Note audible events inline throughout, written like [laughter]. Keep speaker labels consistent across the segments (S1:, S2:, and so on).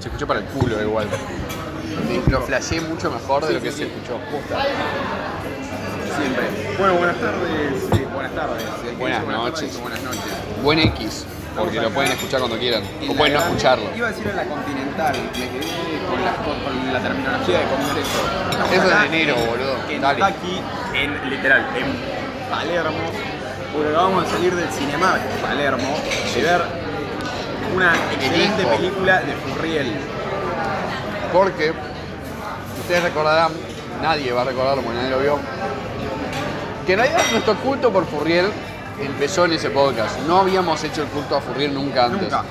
S1: Se escuchó para el culo igual. Lo flasheé mucho mejor de lo que se escuchó.
S2: Siempre. Bueno, buenas tardes. Sí, buenas tardes. Si hay que
S1: Buenas
S2: decir
S1: noches.
S2: tardes, Buenas noches.
S1: Buen X, porque lo pueden escuchar cuando quieran. O
S2: En
S1: pueden no
S2: la-
S1: escucharlo.
S2: Iba a decir a la Continental, me quedé con la, con- con la terminología de Congreso.
S1: Eso es de
S2: Ojalá
S1: enero,
S2: en
S1: boludo.
S2: Kentucky,
S1: Dale.
S2: aquí, en, literal, en Palermo, porque acabamos de salir del cinema de Palermo, de ver una excelente
S1: hijo.
S2: película de Furriel.
S1: Porque ustedes recordarán, nadie va a recordarlo porque nadie lo vio, que en realidad nuestro culto por Furriel empezó en ese podcast. No habíamos hecho el culto a Furriel nunca antes.
S2: Nunca.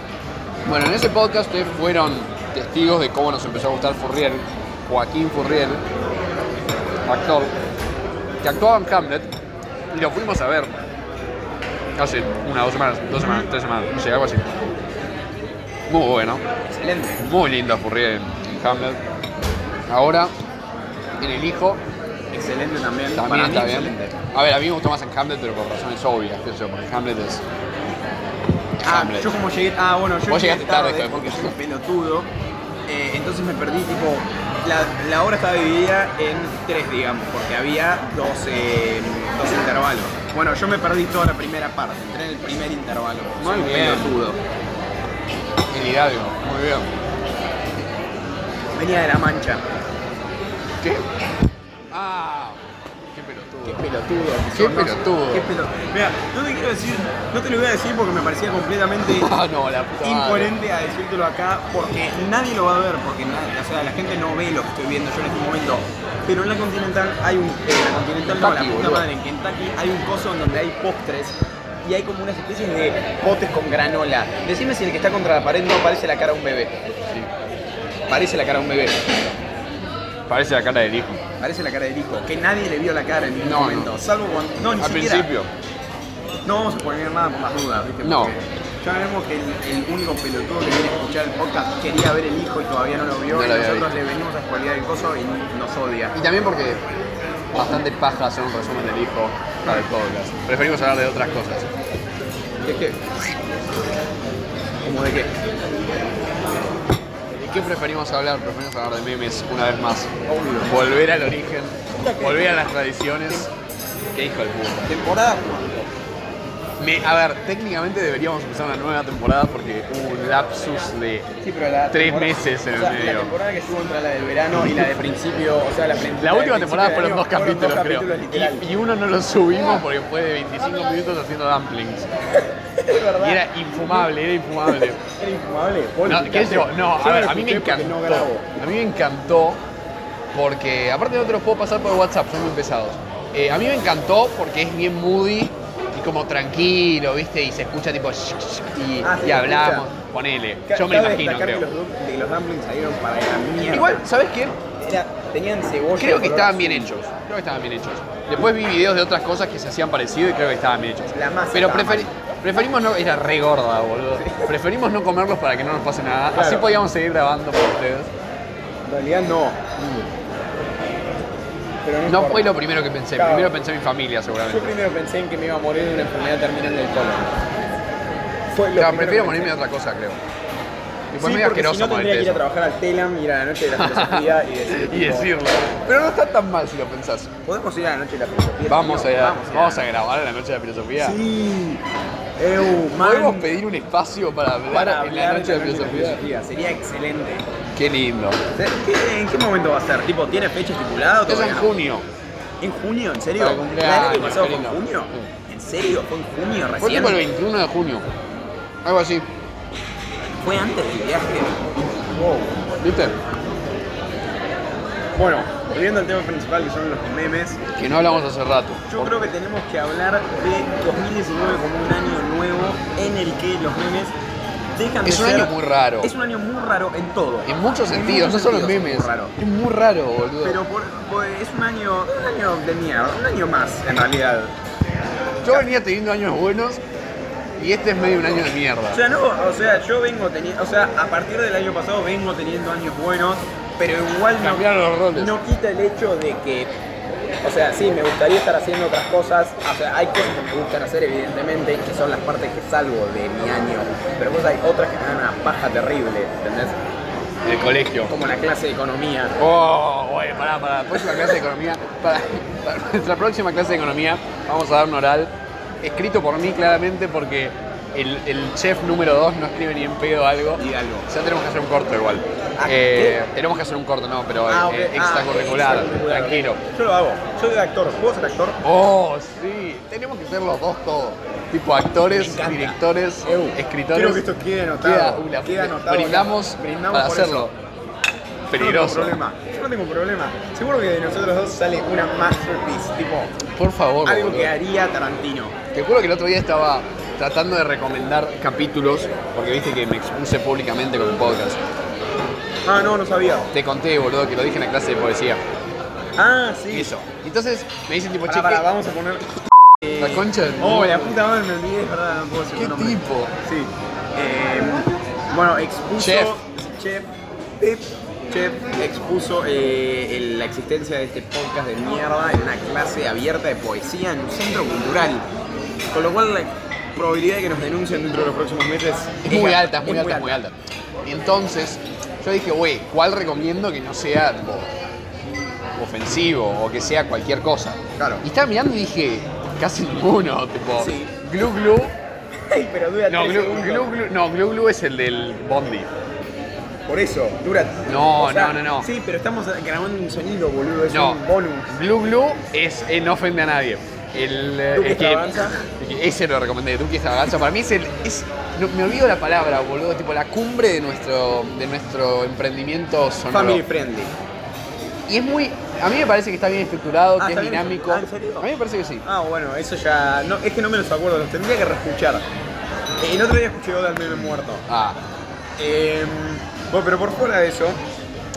S1: Bueno, en ese podcast ustedes fueron testigos de cómo nos empezó a gustar Furriel, Joaquín Furriel, actor, que actuaba en Hamlet y lo fuimos a ver hace una, dos semanas, dos semanas, tres semanas, no sé, algo así. Muy bueno
S2: Excelente.
S1: muy lindo Furriel en, en Hamlet. Ahora, en el hijo
S2: Excelente también.
S1: también
S2: Para mí,
S1: está bien.
S2: excelente.
S1: A ver, a mí me gustó más en Hamlet, pero por razones obvias, qué sé yo, porque Hamlet es.
S2: Ah,
S1: Hamlet.
S2: yo como llegué. Ah, bueno, yo
S1: Vos
S2: llegué
S1: llegaste tarde, hijo de
S2: porque
S1: puta.
S2: soy un pelotudo. eh, entonces me perdí, tipo. La, la obra estaba dividida en tres, digamos, porque había dos, eh, dos intervalos. Bueno, yo me perdí toda la primera parte, entré en el primer intervalo.
S1: Muy
S2: soy un
S1: bien.
S2: pelotudo.
S1: El Hidalgo, muy bien.
S2: Venía de la mancha.
S1: ¿Qué? Ah, qué pelotudo.
S2: pelotudo.
S1: Qué pelotudo.
S2: Qué pelotudo. Mira, no te quiero decir, no te lo voy a decir porque me
S1: [laughs]
S2: parecía completamente
S1: Ah, no, la puta. madre.
S2: imponente a decírtelo acá porque nadie lo va a ver, porque na- o sea, la gente no ve lo que estoy viendo yo en este momento. Pero en la Continental hay un. En la Continental no, la
S1: Kentucky,
S2: puta
S1: boludo.
S2: madre, en Kentucky hay un coso en donde hay postres y hay como unas especies de potes con granola. Decime si el que está contra la pared no parece la cara de un bebé. Parece la cara de un bebé.
S1: Parece la cara del hijo.
S2: Parece la cara del hijo. Que nadie le vio la cara en ningún
S1: No,
S2: momento.
S1: no.
S2: Salvo cuando. No, ni
S1: Al
S2: siquiera.
S1: principio.
S2: No vamos a poner nada por las dudas, ¿viste?
S1: No.
S2: Porque Ya vemos que el, el único pelotudo que viene a escuchar el podcast quería ver el hijo y todavía no lo vio.
S1: No lo
S2: y
S1: había
S2: nosotros le venimos a spoilear el coso y nos odia.
S1: Y también porque bastante paja hacer un resumen del hijo para el podcast. Preferimos hablar de otras cosas.
S2: ¿De qué? ¿Cómo de qué?
S1: ¿De qué preferimos hablar? Preferimos hablar de memes una vez más.
S2: Obvio.
S1: Volver al origen, volver a las tradiciones. Qué hijo de puta.
S2: ¿Temporada?
S1: Me- a ver, técnicamente deberíamos empezar una nueva temporada porque hubo un lapsus de.
S2: Sí, pero la
S1: Tres
S2: temporada-
S1: meses en
S2: o
S1: el
S2: sea,
S1: medio.
S2: La temporada que estuvo entre la del verano y la de principio, o sea, la prim-
S1: La última
S2: de principio
S1: temporada
S2: de
S1: fueron
S2: año
S1: dos capítulos,
S2: fueron dos capítulos,
S1: creo.
S2: literal.
S1: Y, y uno no lo subimos porque fue de 25 minutos haciendo dumplings.
S2: Es verdad.
S1: Y era infumable, era infumable.
S2: Era infumable.
S1: No, ¿qué sé yo? No, a
S2: Yo
S1: ver,
S2: lo
S1: a mí me
S2: escuché porque
S1: encantó.
S2: No grabo.
S1: a mí me encantó porque, aparte no te los puedo pasar por WhatsApp, son muy pesados. Eh, a mí me encantó porque es bien moody y como tranquilo, ¿viste? Y se escucha tipo shh, shh, y,
S2: Ah, sí,
S1: y
S2: se
S1: hablamos, ponele. Yo me lo
S2: Cabe
S1: imagino,
S2: destacar que
S1: creo.
S2: los dum- Que los dumplings salieron para la mierda.
S1: Igual, ¿sabes qué?
S2: Era- tenían
S1: Creo
S2: cebolla. de
S1: que
S2: color
S1: estaban bien
S2: azul.
S1: hechos. Creo que estaban bien hechos. Después vi videos de otras cosas que se hacían parecido y creo que estaban bien hechos.
S2: La masa
S1: Pero
S2: estaba
S1: preferi- preferimos no. Era re gorda, boludo. Preferimos no comerlos para que no nos pase nada. Así
S2: Claro.
S1: podíamos seguir grabando por ustedes.
S2: En realidad no. Pero
S1: No
S2: no, Mm, importa.
S1: fue lo primero que pensé.
S2: Claro.
S1: Primero pensé en mi familia,
S2: Yo
S1: seguramente.
S2: primero pensé en que me iba a morir de una enfermedad terminal del colon. Fue
S1: Claro,
S2: lo primero
S1: prefiero
S2: que
S1: morirme de
S2: pensé.
S1: otra cosa, creo. Y fue
S2: Sí,
S1: medio
S2: porque si
S1: asqueroso
S2: no tendría
S1: morirte
S2: que ir a
S1: de eso.
S2: trabajar al Telam, ir a la
S1: [laughs]
S2: noche de la filosofía y decir.
S1: Y
S2: tipo,
S1: decirlo. Pero no está tan mal si lo pensás.
S2: ¿Podemos ir a la noche de la filosofía?
S1: Vamos
S2: tío?
S1: allá.
S2: ir
S1: Vamos a grabar en la noche de la filosofía.
S2: Sí. Eu, man.
S1: ¿Podemos pedir un espacio para hablar
S2: para
S1: en la
S2: hablar
S1: noche de la filosofía?
S2: Sería excelente.
S1: Qué lindo.
S2: ¿Qué- ¿En qué momento va a ser? ¿Tipo, tiene fecha estipulada? o
S1: Es
S2: todavía
S1: en
S2: no?
S1: junio.
S2: ¿En junio? ¿En serio?
S1: Para el cumpleaños,
S2: ¿El año pasado fue en
S1: querido.
S2: junio? ¿En serio? ¿Fue en junio
S1: Fue
S2: recién?
S1: tipo el 21 de junio. Algo así.
S2: ¿Fue antes del viaje?
S1: ¿Viste?
S2: Bueno, volviendo al tema principal que son los memes,
S1: Que no hablamos hace rato.
S2: yo
S1: Por-
S2: creo que tenemos que hablar de 2019 como un año nuevo en el que los memes dejan
S1: Es
S2: de
S1: un
S2: ser...
S1: año muy raro.
S2: Es un año muy raro en todo.
S1: En muchos sentidos, no solo en
S2: sentidos es
S1: memes.
S2: muy raro.
S1: Es muy raro, boludo.
S2: Pero por- por- es un año, un año de mierda, un año más en realidad.
S1: Yo venía teniendo años buenos y este es medio un año de mierda.
S2: O sea, no, o sea, yo vengo teniendo, o sea, a partir del año pasado vengo teniendo años buenos, pero igual no,
S1: Cambiaron los roles.
S2: no quita el hecho de que, o sea, sí, me gustaría estar haciendo otras cosas, o sea, hay cosas que me gustan hacer evidentemente, que son las partes que salvo de mi año, pero pues hay otras que me dan una paja terrible, ¿entendés?
S1: del colegio.
S2: Como la clase de economía.
S1: Oh, oye, pará, para la próxima clase de economía. Para, para nuestra próxima clase de economía vamos a dar un oral escrito por mí claramente porque el, el chef número 2 no escribe ni en pedo algo.
S2: Y algo.
S1: Ya tenemos que hacer un corto igual.
S2: Ah,
S1: Eh, tenemos que hacer un corto, no, pero
S2: Ah, ok.
S1: eh,
S2: Ah,
S1: extracurricular,
S2: extracurricular.
S1: tranquilo.
S2: Yo lo hago. Yo soy actor. ¿Puedo ser actor?
S1: Oh, sí, tenemos que ser los dos todos. Tipo
S2: Me
S1: actores,
S2: encanta.
S1: directores,
S2: Eu,
S1: escritores.
S2: creo que esto quede anotado.
S1: Queda, uh, la
S2: Queda
S1: puta,
S2: anotado
S1: Brindamos,
S2: acá. Brindamos
S1: para
S2: por
S1: hacerlo.
S2: eso.
S1: Peligroso.
S2: Yo no tengo problema. Yo no tengo problema. Seguro que de nosotros dos sale una masterpiece. Tipo,
S1: Por favor,
S2: algo
S1: Oh, boludo.
S2: que haría Tarantino.
S1: Te juro que el otro día estaba tratando de recomendar capítulos, porque viste que me expuse públicamente con un podcast.
S2: Ah, no, no sabía.
S1: Te conté, boludo, que lo dije en la clase de poesía.
S2: Ah, sí.
S1: Eso. Entonces me dicen tipo, che,
S2: Pará, pará,
S1: ¿qué-
S2: vamos a poner.
S1: la concha de...
S2: Oh, la puta madre, me olvidé, es verdad, no puedo decir
S1: ¿Qué
S2: su nombre.
S1: tipo?
S2: Sí. Eh, bueno, expuso.
S1: Chef.
S2: Chef. Pep, Chef expuso eh, el- la existencia de este podcast de mierda en una clase abierta de poesía en un centro cultural. Con lo cual, la probabilidad de que nos denuncien dentro de los próximos meses
S1: Es muy alta, es muy alta, es muy alta. Entonces, yo dije, güey, ¿cuál recomiendo que no sea tipo, ofensivo o que sea cualquier cosa?
S2: Claro.
S1: Y estaba mirando y dije, casi ninguno, tipo,
S2: Sí.
S1: glu glu.
S2: [laughs] Ay, pero dura
S1: No,
S2: tres
S1: glu
S2: segundos.
S1: glu, glu, no, glu glu es el del Bondi.
S2: Por eso, dura.
S1: No, no, no, no.
S2: Sí, pero estamos grabando un sonido, boludo, es
S1: No,
S2: un bonus.
S1: Glu Glu es eh, no ofende a nadie. El, eh,
S2: Duque
S1: el que,
S2: Extravaganza.
S1: el que- ese lo recomendé, Duque Extravaganza. Para mí es el. Es, no, me olvido la palabra, boludo. Tipo la cumbre de nuestro, de nuestro emprendimiento sonoro.
S2: Family friendly.
S1: Y es muy. A mí me parece que está bien estructurado,
S2: Ah,
S1: que es
S2: está bien
S1: dinámico.
S2: estructurado. Ah, ¿en serio?
S1: A mí me parece que sí.
S2: Ah, bueno, eso ya. No, es que no me los acuerdo, los tendría que reescuchar. Eh, El otro día escuché Oda al meme muerto.
S1: Ah,
S2: Eh, bueno, pero por fuera de eso.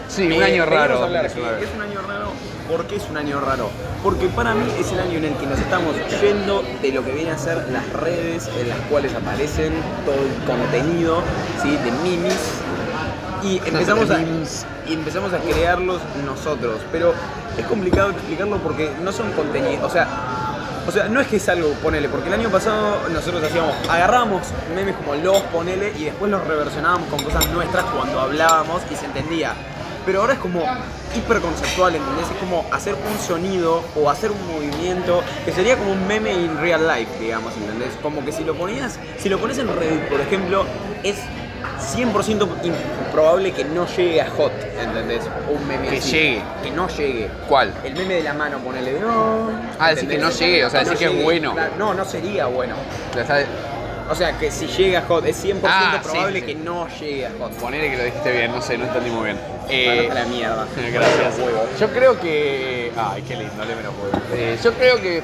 S1: sí,
S2: eh,
S1: un año
S2: veníamos
S1: raro.
S2: a hablar que
S1: 2019.
S2: es un año raro. ¿Por qué es un año raro? Porque para mí es el año en el que nos estamos yendo de lo que viene a ser las redes en las cuales aparecen todo el contenido ¿sí? de mimis.
S1: [laughs]
S2: Y empezamos, a,
S1: Memes.
S2: y empezamos a crearlos nosotros. Pero es complicado explicarlo porque no son contenidos. O sea, o sea, no es que es algo, ponele, porque el año pasado nosotros hacíamos, agarramos memes como los, ponele, y después los reversionábamos con cosas nuestras cuando hablábamos y se entendía. Pero ahora es como hiperconceptual, ¿entendés? Es como hacer un sonido o hacer un movimiento que sería como un meme in real life, digamos, ¿entendés? Como que si lo ponías, si lo pones en Reddit, por ejemplo, es 100% improbable que no llegue a Hot, ¿entendés? Un meme
S1: Que
S2: así.
S1: llegue.
S2: Que no llegue.
S1: ¿Cuál?
S2: El meme de la mano, ponele. No.
S1: Ah, decís que no
S2: ¿Entendés?
S1: llegue, o sea, decís que es
S2: llegue.
S1: bueno.
S2: Claro, No, no sería bueno.
S1: Ya está-
S2: O sea, que si llega Hot, es 100%
S1: Ah, sí,
S2: probable
S1: sí.
S2: que no llegue a Hot.
S1: Ponele que lo dijiste bien, no sé, no entendí muy bien.
S2: Mandate
S1: Eh,
S2: a la mierda.
S1: [laughs] Gracias.
S2: Huevo.
S1: Yo creo que. Ay, qué lindo, le menos juego. Eh, yo creo que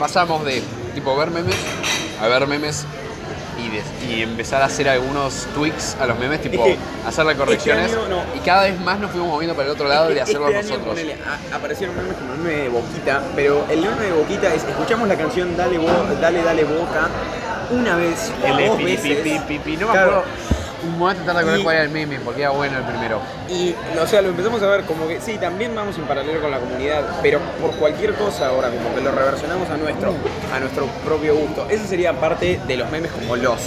S1: pasamos de tipo ver memes a ver memes y, de- y empezar a hacer algunos tweaks a los memes, tipo
S2: Es
S1: hacerle correcciones.
S2: este año no.
S1: Y cada vez más nos fuimos moviendo para el otro lado
S2: Es que
S1: de hacerlo
S2: este año,
S1: nosotros.
S2: ponele, a- aparecieron memes como el meme de Boquita, pero el meme de Boquita es, escuchamos la canción Dale, Bo- dale, dale Boca una vez,
S1: El de
S2: dos
S1: pi,
S2: veces.
S1: pi, pi, pi, pi. No me
S2: Claro.
S1: acuerdo. Me voy a tratar de acordar
S2: Y-
S1: cuál era el meme, porque era bueno el primero.
S2: Y, o sea, lo empezamos a ver como que, sí, también vamos en paralelo con la comunidad, pero por cualquier cosa ahora, como que lo reversionamos a nuestro, a nuestro propio gusto. Ese sería parte de los memes como los.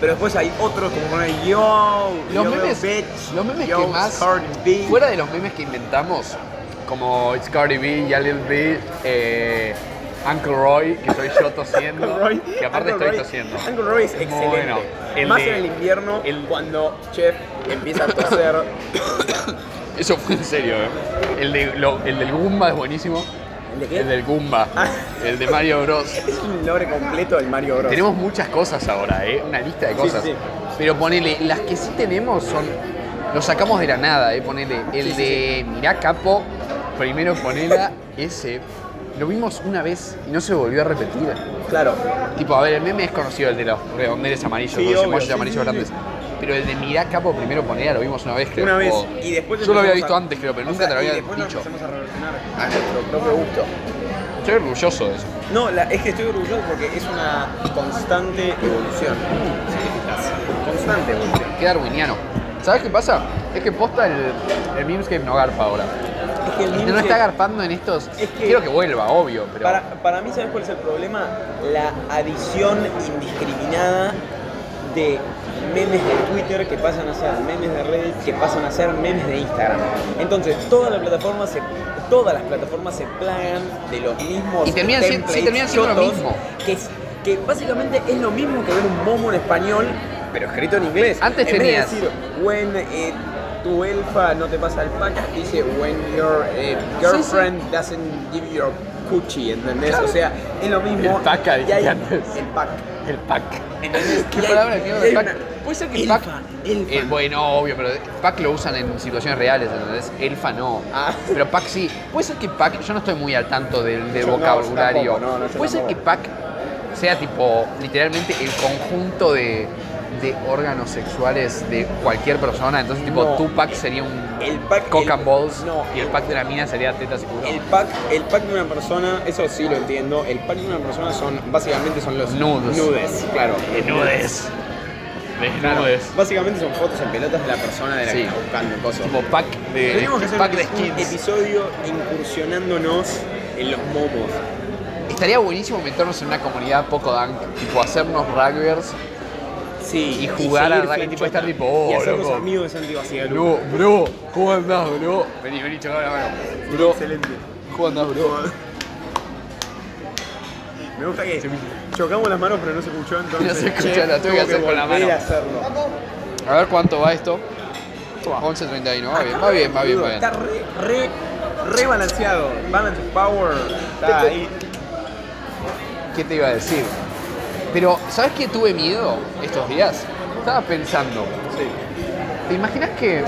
S2: Pero después hay otros como poner yo,
S1: Los
S2: yo,
S1: memes,
S2: bitch,
S1: los memes
S2: yo,
S1: que más.
S2: Cardi B.
S1: Fuera de los memes que inventamos, como It's Cardi B, Yalil B, eh, Uncle Roy, que soy yo tosiendo.
S2: Uncle Roy.
S1: Que aparte
S2: Uncle
S1: estoy
S2: Roy-
S1: tosiendo.
S2: Uncle Roy es
S1: Muy
S2: excelente.
S1: bueno. El
S2: Más
S1: de-
S2: en el invierno,
S1: el-
S2: cuando Chef empieza a toser.
S1: Eso fue en serio, ¿eh? El, de, lo- el del Goomba es buenísimo.
S2: ¿El de qué?
S1: [laughs] El del Goomba.
S2: Ah.
S1: El de Mario Bros.
S2: Es un lore completo del Mario Bros.
S1: Tenemos muchas cosas ahora, ¿eh? Una lista de
S2: Sí,
S1: cosas.
S2: sí, sí.
S1: Pero ponele, las que sí tenemos son. Lo sacamos de la nada, ¿eh? Ponele. El
S2: Sí, sí,
S1: de Mirá Capo, primero ponela ese. Lo vimos una vez y no se volvió a repetir.
S2: Claro.
S1: Tipo, a ver, el meme es conocido, el de los redondeles amarillos,
S2: Sí,
S1: los
S2: obvio,
S1: emojis
S2: sí,
S1: amarillos
S2: sí, sí.
S1: grandes. Pero el de Mirá Capo, primero ponela, lo vimos una vez, creo.
S2: Una vez.
S1: O-
S2: Y después
S1: Yo lo había
S2: empezamos
S1: visto
S2: a-
S1: antes, creo, pero
S2: o
S1: nunca
S2: sea,
S1: te lo
S2: y
S1: había
S2: después
S1: dicho.
S2: Nos empezamos a reversionar a nuestro propio gusto.
S1: Estoy orgulloso de eso.
S2: No, la- es que estoy orgulloso porque es una constante evolución.
S1: Mm.
S2: Constante evolución.
S1: Qué darwiniano. ¿Sabes qué pasa? Es que posta el, el Memescape no garpa ahora.
S2: Es que el
S1: No,
S2: meme-
S1: está garpando en estos.
S2: Es que-
S1: Quiero que vuelva, obvio, pero.
S2: Para, para mí, ¿sabes cuál es el problema? La adición indiscriminada de
S3: memes de Twitter que pasan a ser memes de Reddit que pasan a ser memes de Instagram. Entonces, toda la plataforma se, todas las plataformas se plagan de los mismos
S1: Y terminan si- sí,
S3: templates
S1: terminan siendo lo
S3: chotos,
S1: mismo.
S3: Que, es- que básicamente es lo mismo que ver un momo en español, pero escrito en inglés.
S1: Antes
S3: en
S1: tenías-
S3: vez de decir, when eh, tu elfa no te pasa alpaca, dice when your eh, girlfriend doesn't give you your coochie, ¿entendés? O sea, es lo mismo.
S1: El paca,
S3: y hay-
S1: dije antes.
S3: El pack.
S1: El pack.
S3: ¿Entendés?
S1: ¿Qué
S3: Y hay-
S1: palabra de mierda
S3: y hay
S1: el pack?
S3: una-
S1: Puede ser que el
S3: el
S1: pack.
S3: fan, el
S1: Eh,
S3: fan.
S1: bueno, obvio, pero pack lo usan en situaciones reales, ¿entendés? Elfa no.
S3: Ah.
S1: Pero pack sí. Puede ser que pack. Yo no estoy muy al tanto del, del
S3: Yo no, yo
S1: vocabulario.
S3: tampoco, no, no, yo
S1: Puede ser que
S3: tampoco.
S1: pack sea tipo literalmente el conjunto de, de órganos sexuales de cualquier persona. Entonces, tipo,
S3: No.
S1: tu pack sería un
S3: El pack-
S1: cock
S3: el-
S1: and balls.
S3: no,
S1: y el pack de la mina sería tetas y culo.
S3: El pack, el pack de una persona, eso sí lo entiendo. El pack de una persona son básicamente son los
S1: Nudes. Eh,
S3: nudes, claro.
S2: E
S1: Desnudes.
S3: Claro.
S1: Desnudes.
S3: Básicamente son fotos en pelotas de la persona de la
S1: Sí.
S3: que está buscando cosas.
S1: Tipo pack de,
S2: Tenemos que hacer
S1: pack
S2: un-
S1: de
S2: un
S1: skins.
S3: Episodio incursionándonos en los momos.
S1: Estaría buenísimo meternos en una comunidad poco dank, tipo hacernos rugbyers.
S3: Sí.
S1: y jugar a
S3: seguir
S1: rugby, tipo, estar tipo,
S3: y
S1: oh,
S3: hacernos
S1: loco.
S3: amigos de Santi Bacigalu.
S1: Bro, bro, ¿cómo andás, bro? Vení, vení, chaval, la mano. Bro,
S2: Excelente.
S1: ¿cómo andás, bro?
S2: Me gusta que chocamos las manos, pero no se escuchó entonces.
S1: No se escucha, la tuve que hacer con la
S3: Volver
S1: mano.
S3: a hacerlo.
S1: A ver cuánto va esto. 11.31, va bien, va bien, va bien, va bien.
S2: Está re, re, re balanceado. Balance of power. Está
S1: Este
S2: ahí.
S1: ¿Qué te iba a decir? Pero, ¿sabes qué tuve miedo estos días? Estaba pensando,
S2: Sí.
S1: ¿te imaginas que,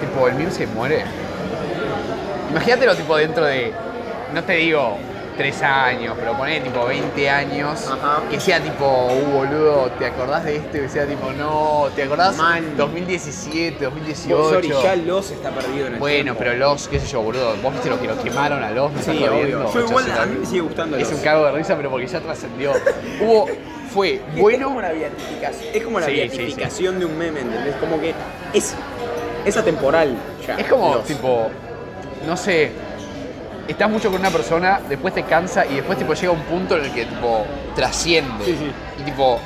S1: tipo, el Mir se muere? Imagínatelo, tipo, dentro de, no te digo 3 años, pero poné, tipo, 20 años,
S2: Ajá.
S1: que sea tipo, uh, boludo, ¿te acordás de esto? Que sea tipo, no, ¿te acordás?
S2: Mal.
S1: 2017,
S3: Vos, Sorry,
S1: 2018.
S3: ya los está perdido en el
S1: Bueno,
S3: tiempo.
S1: pero los, qué sé yo, boludo, vos viste lo que lo quemaron a los, me estás
S3: Sí,
S1: jodiendo.
S3: obvio. Yo
S1: O sea,
S3: igual
S1: se
S3: a
S1: lo-
S3: mí me sigue gustando
S1: es
S3: los.
S1: un cago de risa, pero porque ya trascendió. Hubo, fue
S3: [laughs] Es
S1: bueno.
S3: como la beatificación, es como la
S1: Sí, sí,
S3: beatificación de un meme, ¿entendés? Como que es, es atemporal ya.
S1: Es como,
S3: Los-
S1: tipo, no sé, estás mucho con una persona, después te cansa y después, tipo, llega un punto en el que, tipo, trasciende.
S3: Sí, sí.
S1: Y, tipo,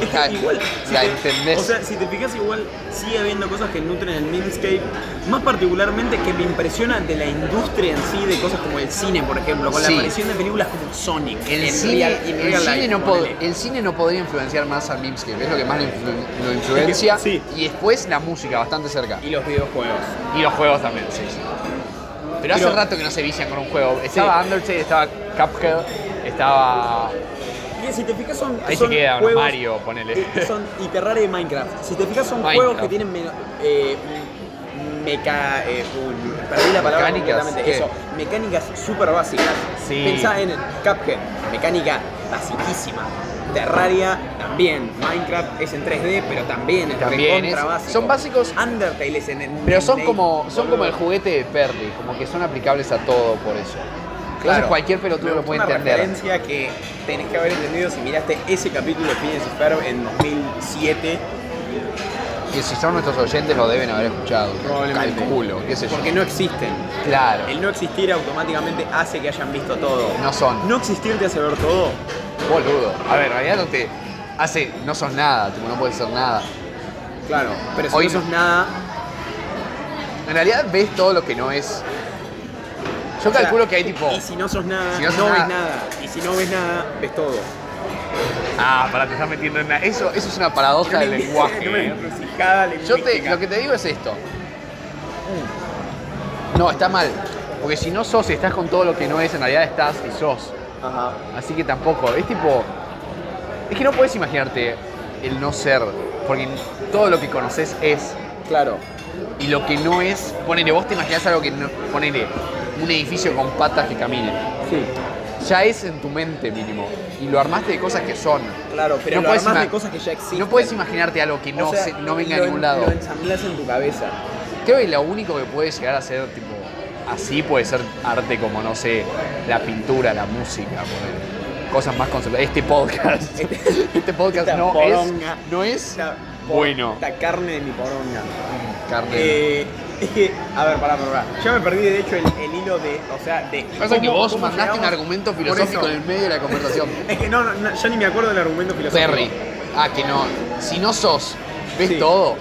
S2: Es que
S1: la,
S2: igual,
S1: la
S2: te-
S1: entendés.
S2: O sea, si te fijas igual, sigue habiendo cosas que nutren el Mindscape. Más particularmente que me impresiona de la industria en sí, de cosas como el cine, por ejemplo, con
S1: Sí.
S2: la aparición de películas como Sonic.
S1: el
S2: en
S1: cine,
S2: real- in
S1: el
S2: real
S1: cine
S2: life,
S1: no pod-
S2: ponele.
S1: el cine no podría influenciar más a Mimscape, es lo que más lo, influ- lo influencia.
S2: Sí.
S1: Y después la música, bastante cerca.
S3: Y los videojuegos.
S1: Y los juegos también, sí. sí. Pero hace
S2: Pero-
S1: rato que no se vician con un juego. Estaba Undertale, estaba Cuphead, estaba.
S2: Y si te fijas son,
S1: Ahí
S2: son
S1: se queda,
S2: juegos,
S1: Mario, ponele.
S2: eh, son, y Terraria y Minecraft. Si te fijas son
S1: Minecraft.
S2: juegos que tienen menos... Eh, m- meca... eh, un- perdí la palabra
S1: Mecánicas,
S2: completamente.
S1: ¿qué?
S2: Eso, mecánicas súper básicas.
S1: Sí.
S2: Pensá en Cuphead, mecánica basiquísima. Terraria también. Minecraft es en 3D, pero también es
S1: También
S2: recontra
S1: es-
S2: básico.
S1: son básicos-
S2: Undertale es en... en-
S1: Pero son
S2: en-
S1: como, son como el
S2: boludo.
S1: juguete de Perry, como que son aplicables a todo por eso. Entonces
S3: Claro.
S1: cualquier pelotudo
S2: Me
S1: lo
S2: gustó
S1: puede
S2: una
S1: entender.
S2: referencia que tenés que haber entendido si miraste ese capítulo de Phineas y Ferb en 2007.
S1: Que si son nuestros oyentes lo deben haber escuchado.
S2: Probablemente.
S1: Calculo, qué sé yo.
S2: Porque no existen.
S1: Claro.
S2: El no existir automáticamente hace que hayan visto todo.
S1: No son.
S2: No existir te hace ver todo.
S1: Boludo. A ver, en realidad no te hace. no sos nada, tipo, no puedes ser nada.
S2: Claro. Pero si
S1: Hoy
S2: no sos
S1: no.
S2: nada.
S1: En realidad ves todo lo que no es. Yo
S2: o sea,
S1: calculo que hay tipo.
S2: Y si no sos nada,
S1: si no
S2: no,
S1: sos nada-
S2: ves nada. Y si no ves nada, ves todo.
S1: Ah, para te estás metiendo en la... Eso, eso es una
S2: [laughs]
S1: paradoja del
S2: En una
S1: lenguaje. eh. [laughs]
S2: encrucijada
S1: Yo te,
S2: lingüística.
S1: lo que te digo es esto. No, está mal. Porque si no sos y estás con todo lo que no es, en realidad estás y sos.
S2: Ajá.
S1: Así que tampoco. Es tipo. Es que no puedes imaginarte el no ser. Porque todo lo que conoces es.
S3: Claro.
S1: Y lo que no es. Ponele, vos te imaginás algo que no. Ponele, un edificio con patas que caminen.
S3: Sí.
S1: Ya es en tu mente, mínimo. Y lo armaste de cosas que son.
S3: Claro, pero
S1: No
S3: lo
S1: puedes
S3: armás de
S1: ima-
S3: cosas que ya existen.
S1: No puedes imaginarte algo que no,
S3: O sea,
S1: se- no venga
S3: lo
S1: de
S3: en-
S1: ningún lado.
S3: Lo ensamblas en tu cabeza.
S1: Creo que lo único que puede llegar a ser tipo así puede ser arte como, no sé, la pintura, la música, ponele. cosas más conceptuales. Este
S2: [laughs]
S1: podcast. Este podcast
S3: Esta
S1: no es,
S3: poronga.
S1: no es
S3: Esta-
S1: bueno. Mm,
S3: Esta carne de mi poronga.
S1: Carne.
S2: Eh, es que, a ver, pará, pará. pará. Ya me perdí, de hecho, el, el hilo de. O sea, de.
S1: Pasa que
S2: cómo-
S1: vos
S2: cómo
S1: mandaste un
S2: llegamos-
S1: argumento
S2: Por
S1: filosófico
S2: eso. [laughs]
S1: en el medio de la conversación.
S2: Es que no, no, no, ya ni me acuerdo del argumento filosófico.
S1: Perry. Ah, que no. Si no sos, ves
S4: Sí.
S1: todo.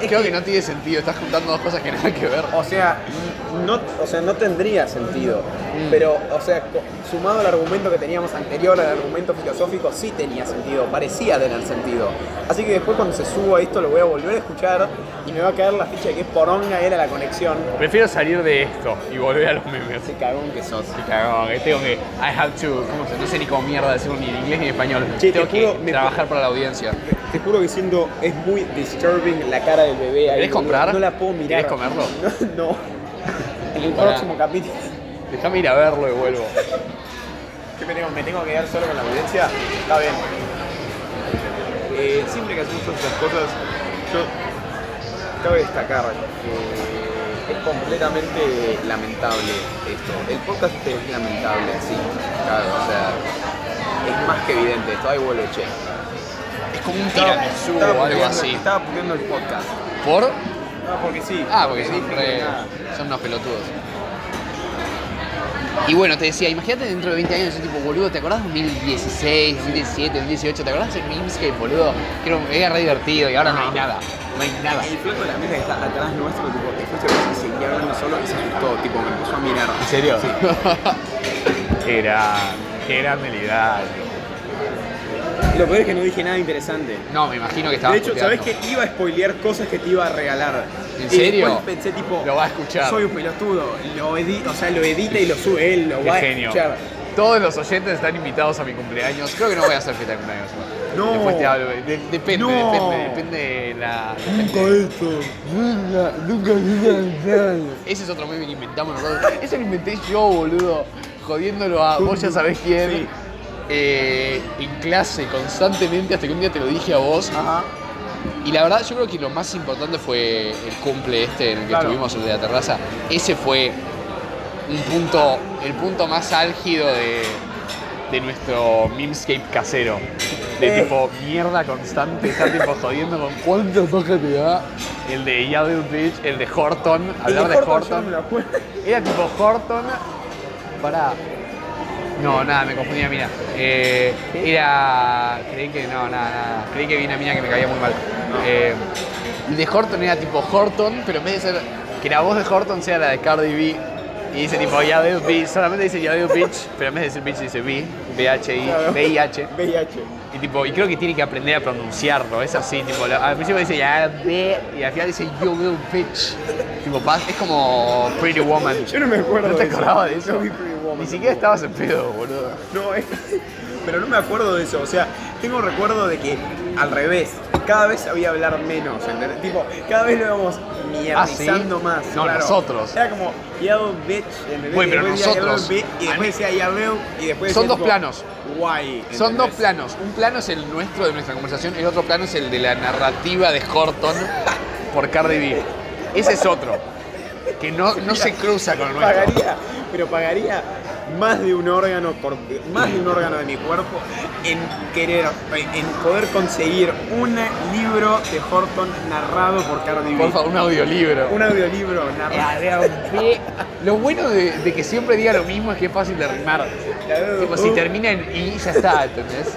S4: Es
S1: Creo
S4: que-
S1: que no tiene sentido. Estás juntando dos cosas que nada que ver.
S2: O sea, no, o sea, no tendría sentido.
S1: Mm.
S2: Pero, o sea, co- sumado al argumento que teníamos anterior, al argumento filosófico, sí tenía sentido, parecía tener sentido. Así que después cuando se suba esto lo voy a volver a escuchar y me va a caer la ficha de que poronga era la conexión.
S5: Prefiero salir de esto y volver a los memes.
S2: Se cagón que sos.
S5: Qué cagón,
S1: eh.
S5: que tengo que. I have to. ¿Cómo se? No sé ni cómo mierda decirlo ni en inglés ni en español.
S2: Che, te
S5: tengo que
S2: juro, me-
S1: Trabajar para la audiencia.
S2: Te juro que siendo, es muy disturbing la cara del bebé. ahí,
S1: ¿Querés
S2: boludo.
S1: comprar?
S2: No la puedo mirar.
S1: ¿Querés comerlo?
S2: [laughs]
S1: [laughs]
S2: No. no. En el
S1: Pará.
S2: próximo capítulo.
S1: Déjame ir a verlo y vuelvo.
S2: ¿Qué me tengo? ¿Me tengo que quedar solo con la audiencia? Está bien.
S4: Eh, siempre que hacemos todas estas cosas, yo cabe destacar que es completamente lamentable esto. El podcast es lamentable, sí, claro, o sea, es más que evidente esto. Ahí vuelve, che.
S1: Es como un
S4: Estaba-
S1: tiramisú
S4: estaba
S1: o algo
S4: puteando-
S1: así.
S4: Estaba poniendo el podcast.
S1: ¿Por?
S4: No, porque sí.
S1: Ah, porque son,
S4: dije
S1: re-
S4: que nada.
S1: son unos pelotudos. Y bueno, te decía, imagínate dentro de 20 años, yo tipo, boludo, ¿te acordás 2016, 2017, 2018? ¿Te acordás de Dreamscape, boludo? Que era, era re divertido y ahora no hay nada. No hay nada.
S4: El flaco de la mesa que está atrás nuestro, tipo, después se seguía hablando solo y se asustó, tipo, me empezó a mirar.
S5: ¿En
S1: [laughs]
S5: serio?
S4: Sí.
S5: Qué gran, qué gran habilidad.
S4: Lo peor es que no dije nada interesante.
S1: No, me imagino que estaba
S4: de hecho, ¿sabés que iba a spoilear cosas que te iba a regalar?
S1: ¿En
S4: Y
S1: serio?
S4: después pensé tipo,
S1: Lo va a escuchar.
S4: soy un pelotudo, lo edi- o sea, lo edita y lo sube él, lo
S5: Qué
S4: va
S5: genio.
S4: a escuchar.
S1: Todos los oyentes están invitados a mi cumpleaños. Creo que no voy a hacer fiesta de cumpleaños. igual.
S4: No.
S1: Después te hablo. De- depende,
S4: No.
S1: depende, depende de la...
S2: Nunca, nunca,
S1: Ese es otro meme que inventamos nosotros. Ese lo inventé yo, boludo. Jodiéndolo a vos ya sabés quién.
S4: Sí.
S1: Eh, en clase constantemente hasta que un día te lo dije a vos.
S4: Ajá.
S1: Y la verdad yo creo que lo más importante fue el cumple este en el que
S4: Claro.
S1: estuvimos en la terraza. Ese fue un punto, el punto más álgido de,
S5: De nuestro memescape casero. De
S2: Eh.
S5: tipo mierda constante, está tipo jodiendo con
S1: ¿Cuánta paja te da?
S5: el de Yadu Beach, el de Horton, hablar
S2: El
S5: de,
S2: de Horton, yo no me lo acuerdo.
S4: [laughs]
S5: Era tipo Horton. Pará. No, nada, me confundía, mira. Eh, era. Creí que. No, nada, nada. Creí que vi una mina que me caía muy mal. Eh,
S1: El de Horton era tipo Horton, pero en vez de ser
S5: que la voz de Horton sea la de Cardi B. Y dice tipo Yadu Beach. Solamente dice Yadu Beach, pero en vez de decir Beach dice B. B-H-I.
S2: Claro.
S5: B-I-H.
S2: VIH.
S5: Y tipo, y creo que tiene que aprender a pronunciarlo, es así, tipo, lo- al principio dice ya ve y al final dice you will bitch. Tipo, pa- es como Pretty Woman.
S2: Yo no me acuerdo.
S5: ¿No te
S2: de eso.
S5: acordabas de
S2: No
S5: eso?
S2: vi Pretty Woman.
S5: Ni siquiera estabas en pedo, boludo.
S4: No, es-
S2: eh, [laughs] Pero no me acuerdo de eso, o sea, tengo recuerdo de que al revés, cada vez sabía hablar menos, ¿entendés? Tipo, cada vez lo íbamos
S1: Ah,
S2: mierdizando
S5: ¿sí?
S2: más.
S5: No,
S2: claro.
S5: nosotros.
S2: Era como, yellow bitch, ¿entendés?
S1: Güey, pero
S2: Y después decía
S1: nosotros.
S2: yellow bitch, Y después decía yellow, y después
S1: Son
S2: decía
S1: dos
S2: tipo,
S1: planos.
S2: Guay.
S1: [laughs]
S2: ¿entendés?
S1: Son dos planos. Un plano es el nuestro de nuestra conversación, el otro plano es el de la narrativa de Horton por Cardi B. Ese es otro. Que no, no se cruza con el nuestro.
S2: Pagaría, pero pagaría más de un órgano por, más de un órgano de mi cuerpo en querer, en poder conseguir un libro de Horton narrado por Cardi B.
S1: Por favor, un audiolibro.
S2: Un audiolibro
S1: Eh, ah,
S2: narrado.
S1: Lo bueno de, de que siempre diga lo mismo es que es fácil de rimar. Tipo,
S2: Uh,
S1: si termina en I, ya está, ¿entendés?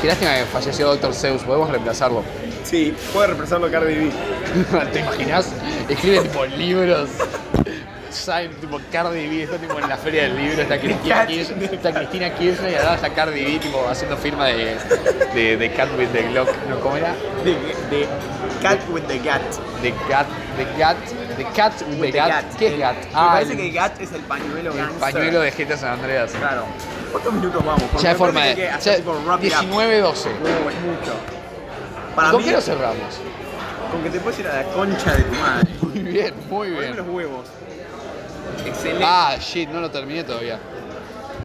S1: Qué lástima que falleció Dr. Zeus, podemos reemplazarlo.
S2: Sí, puede reemplazarlo Cardi B.
S1: [laughs] ¿Te imaginas? Escribe tipo libros. Saben, tipo Cardi B, está tipo en la feria del libro, está Cristina Kirchner, está Cristina Kirchner y al lado está Cardi B tipo haciendo firma de, de, de Cat with the Glock, ¿no? ¿Cómo era?
S2: De, de Cat with the Gat.
S1: De Gat, de Gat, de Cat with, the Gat. ¿Qué es Gat?
S2: Me
S1: Ah,
S2: parece
S1: el
S2: que Gat es el pañuelo gangster.
S1: pañuelo de GTA San Andreas.
S2: Claro. ¿Cuántos minutos vamos? Porque
S1: Ya de
S2: me
S1: forma
S2: parece
S1: de...
S2: que hasta
S1: ya-
S2: tipo wrap it up.
S1: 19-12.
S2: No, es mucho. Para
S1: ¿Con
S2: mí,
S1: qué lo cerramos? [laughs]
S2: con que te puedes ir a la concha de tu madre.
S1: Muy bien, muy
S2: Poneme
S1: bien.
S2: los huevos. Excelente.
S1: Ah, shit, no lo terminé todavía.